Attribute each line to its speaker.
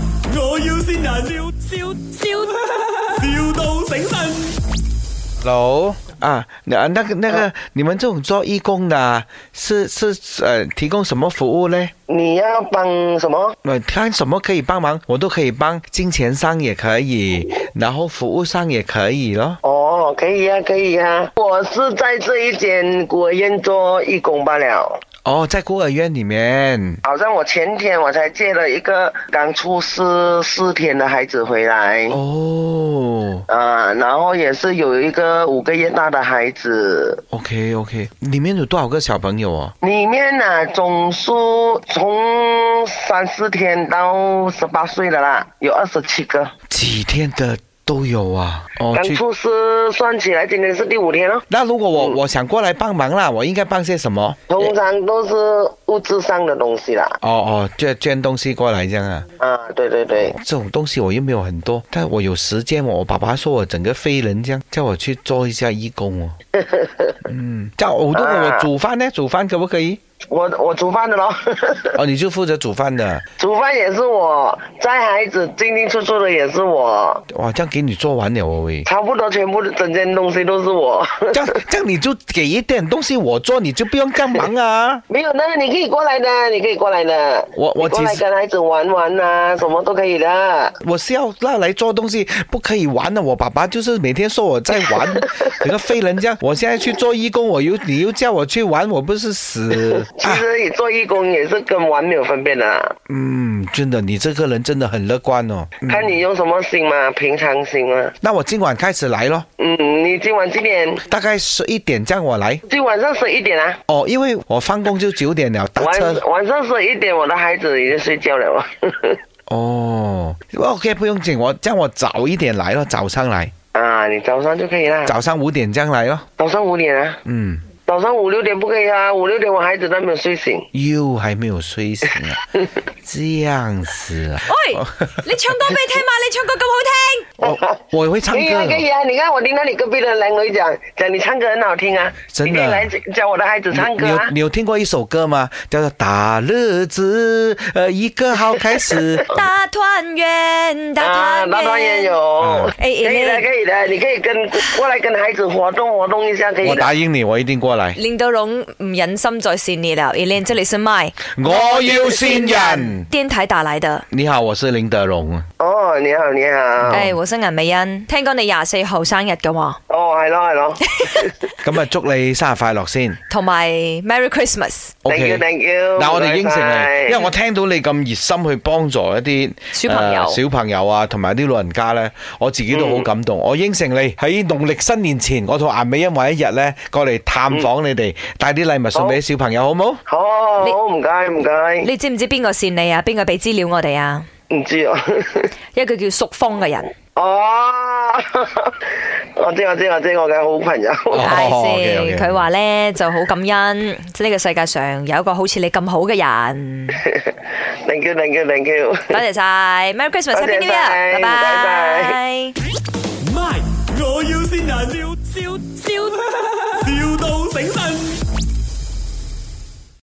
Speaker 1: 要先人，笑笑笑，,笑到醒神。
Speaker 2: Hello 啊，那那个那个，你们这种做义工的啊，是是呃，提供什么服务嘞？
Speaker 3: 你要帮什么？
Speaker 2: 呃，看什么可以帮忙，我都可以帮，金钱上也可以，然后服务上也可以咯。
Speaker 3: 哦，可以呀、可以呀、我是在这一间孤儿院做义工罢了。
Speaker 2: 哦，在孤儿院里面，
Speaker 3: 好像我前天我才接了一个刚出世四天的孩子回来，
Speaker 2: 哦
Speaker 3: 啊，然后也是有一个五个月大的孩子，
Speaker 2: ，OK OK，里面有多少个小朋友哦？
Speaker 3: 里面呢、总数从三四天到十八岁的啦，有二十七个，
Speaker 2: 几天的都有啊。哦
Speaker 3: 刚
Speaker 2: 去
Speaker 3: 出世算起来今天是第五天了。
Speaker 2: 那如果我我想过来帮忙啦，我应该帮些什么？
Speaker 3: 通常都是物质上的东西啦，
Speaker 2: 哦哦，捐捐东西过来这样啊。
Speaker 3: 啊，对对对，
Speaker 2: 这种东西我又没有很多，但我有时间哦。我爸爸说我整个飞人这样，叫我去做一下义工哦。 嗯，叫我如果我煮饭呢，煮饭可不可以？
Speaker 3: 我我煮饭的咯，
Speaker 2: 哦，你就负责煮饭的，
Speaker 3: 煮饭也是我，带孩子进进出出的也是我，
Speaker 2: 哇，这样给你做完了哦喂。
Speaker 3: 差不多全部的整件东西都是我。
Speaker 2: 这样这样你就给一点东西我做，你就不用干忙 啊。
Speaker 3: 没有那你可以过来的，你可以过来的。
Speaker 2: 我我
Speaker 3: 你过
Speaker 2: 其
Speaker 3: 来
Speaker 2: 实
Speaker 3: 跟孩子玩玩呐、什么都可以的。
Speaker 2: 我是要拿来做东西，不可以玩的。我爸爸就是每天说我在 玩，整个废人这样。我现在去做义工，我又你又叫我去玩，我不是 死
Speaker 3: 其
Speaker 2: 啊？
Speaker 3: 实你做义工也是跟玩没有分别的啦，
Speaker 2: 嗯，真的，你这个人真的很乐观哦。
Speaker 3: 看你用什么心嘛，平常心嘛。
Speaker 2: 那我今晚开始来咯，
Speaker 3: 嗯，你今晚几点？
Speaker 2: 大概十一点这样我来。
Speaker 3: 今晚上十一点啊。
Speaker 2: 哦，因为我放工就九点了，打
Speaker 3: 晚
Speaker 2: 车。
Speaker 3: 晚上十一点，我的孩子已经睡觉了。
Speaker 2: 哦，OK，不用紧，我这样我早一点来咯，早上来，
Speaker 3: 啊，你早上就可以啦。
Speaker 2: 早上五点这样来咯。
Speaker 3: 早上五点啊，
Speaker 2: 嗯，
Speaker 3: 早上五六点不可以啊，五六点我孩子都还没有睡醒。
Speaker 2: 又还没有睡醒 啊，这样子啊，
Speaker 4: 喂，你唱歌俾你聽嘛？你唱歌咁好聽。
Speaker 2: 我哦我会唱
Speaker 3: 可以啊，
Speaker 2: 歌
Speaker 3: 可以
Speaker 2: 的。
Speaker 3: 啊！你看我听到你隔壁的男儿讲讲你唱歌很好听啊，
Speaker 2: 真的
Speaker 3: 你可以来教我的孩子唱歌
Speaker 2: 你有
Speaker 3: 啊。
Speaker 2: 你有听过一首歌吗？叫做《大日子》，呃，一个好开 始。
Speaker 4: 大团圆，大
Speaker 3: 啊，
Speaker 4: 团圆，
Speaker 3: 那当然有，可
Speaker 4: 哎
Speaker 3: 以的，
Speaker 4: 哎
Speaker 3: 可以的，你可以跟过来跟孩子活动活动一下，可以
Speaker 2: 我
Speaker 3: 的。
Speaker 2: 答应你，我一定过来。
Speaker 4: 令到龙唔忍心再善你了。Elaine，这里是麦
Speaker 2: 我要新人。
Speaker 4: 电台打来的。
Speaker 2: 你好，我是林德荣。
Speaker 3: 哦，你好，你好。
Speaker 4: 诶、我生顏美欣，聽講你廿四號生日嘅喎，
Speaker 3: 哦，系咯，系咯。
Speaker 2: 咁啊，祝你生日快樂先。
Speaker 4: 同埋 Merry Christmas，
Speaker 2: O
Speaker 3: Thank
Speaker 2: K，
Speaker 3: you，thank you。
Speaker 2: 嗱，我哋應承
Speaker 3: 拜拜
Speaker 2: 你，因為我聽到你咁熱心去幫助一啲
Speaker 4: 小朋友
Speaker 2: 呃小朋友啊，同埋啲老人家咧，我自己都好感動。我應承你喺農曆新年前，我同顏美欣話一日咧過嚟探訪你哋，帶啲禮物送俾啲小朋友，好冇？
Speaker 3: 好好，
Speaker 4: 你
Speaker 3: 好唔該唔該。
Speaker 4: 你知唔知邊個善你啊？邊個俾資料我哋啊？
Speaker 3: 唔知啊。
Speaker 4: 一個叫淑芳嘅人，
Speaker 3: 哦，我知我知我知，我嘅好朋友。
Speaker 2: 哦
Speaker 4: 唉先
Speaker 2: OK，OK
Speaker 4: 佢話咧就好感恩，呢、個世界上有一個好似你咁好嘅人，
Speaker 3: thank you，thank you，thank you。
Speaker 4: 多謝晒，Merry
Speaker 3: 多謝
Speaker 4: Christmas，Happy New Year，
Speaker 3: 晒
Speaker 4: 拜
Speaker 3: 拜
Speaker 4: 拜
Speaker 3: 拜。
Speaker 1: My，我要先人，笑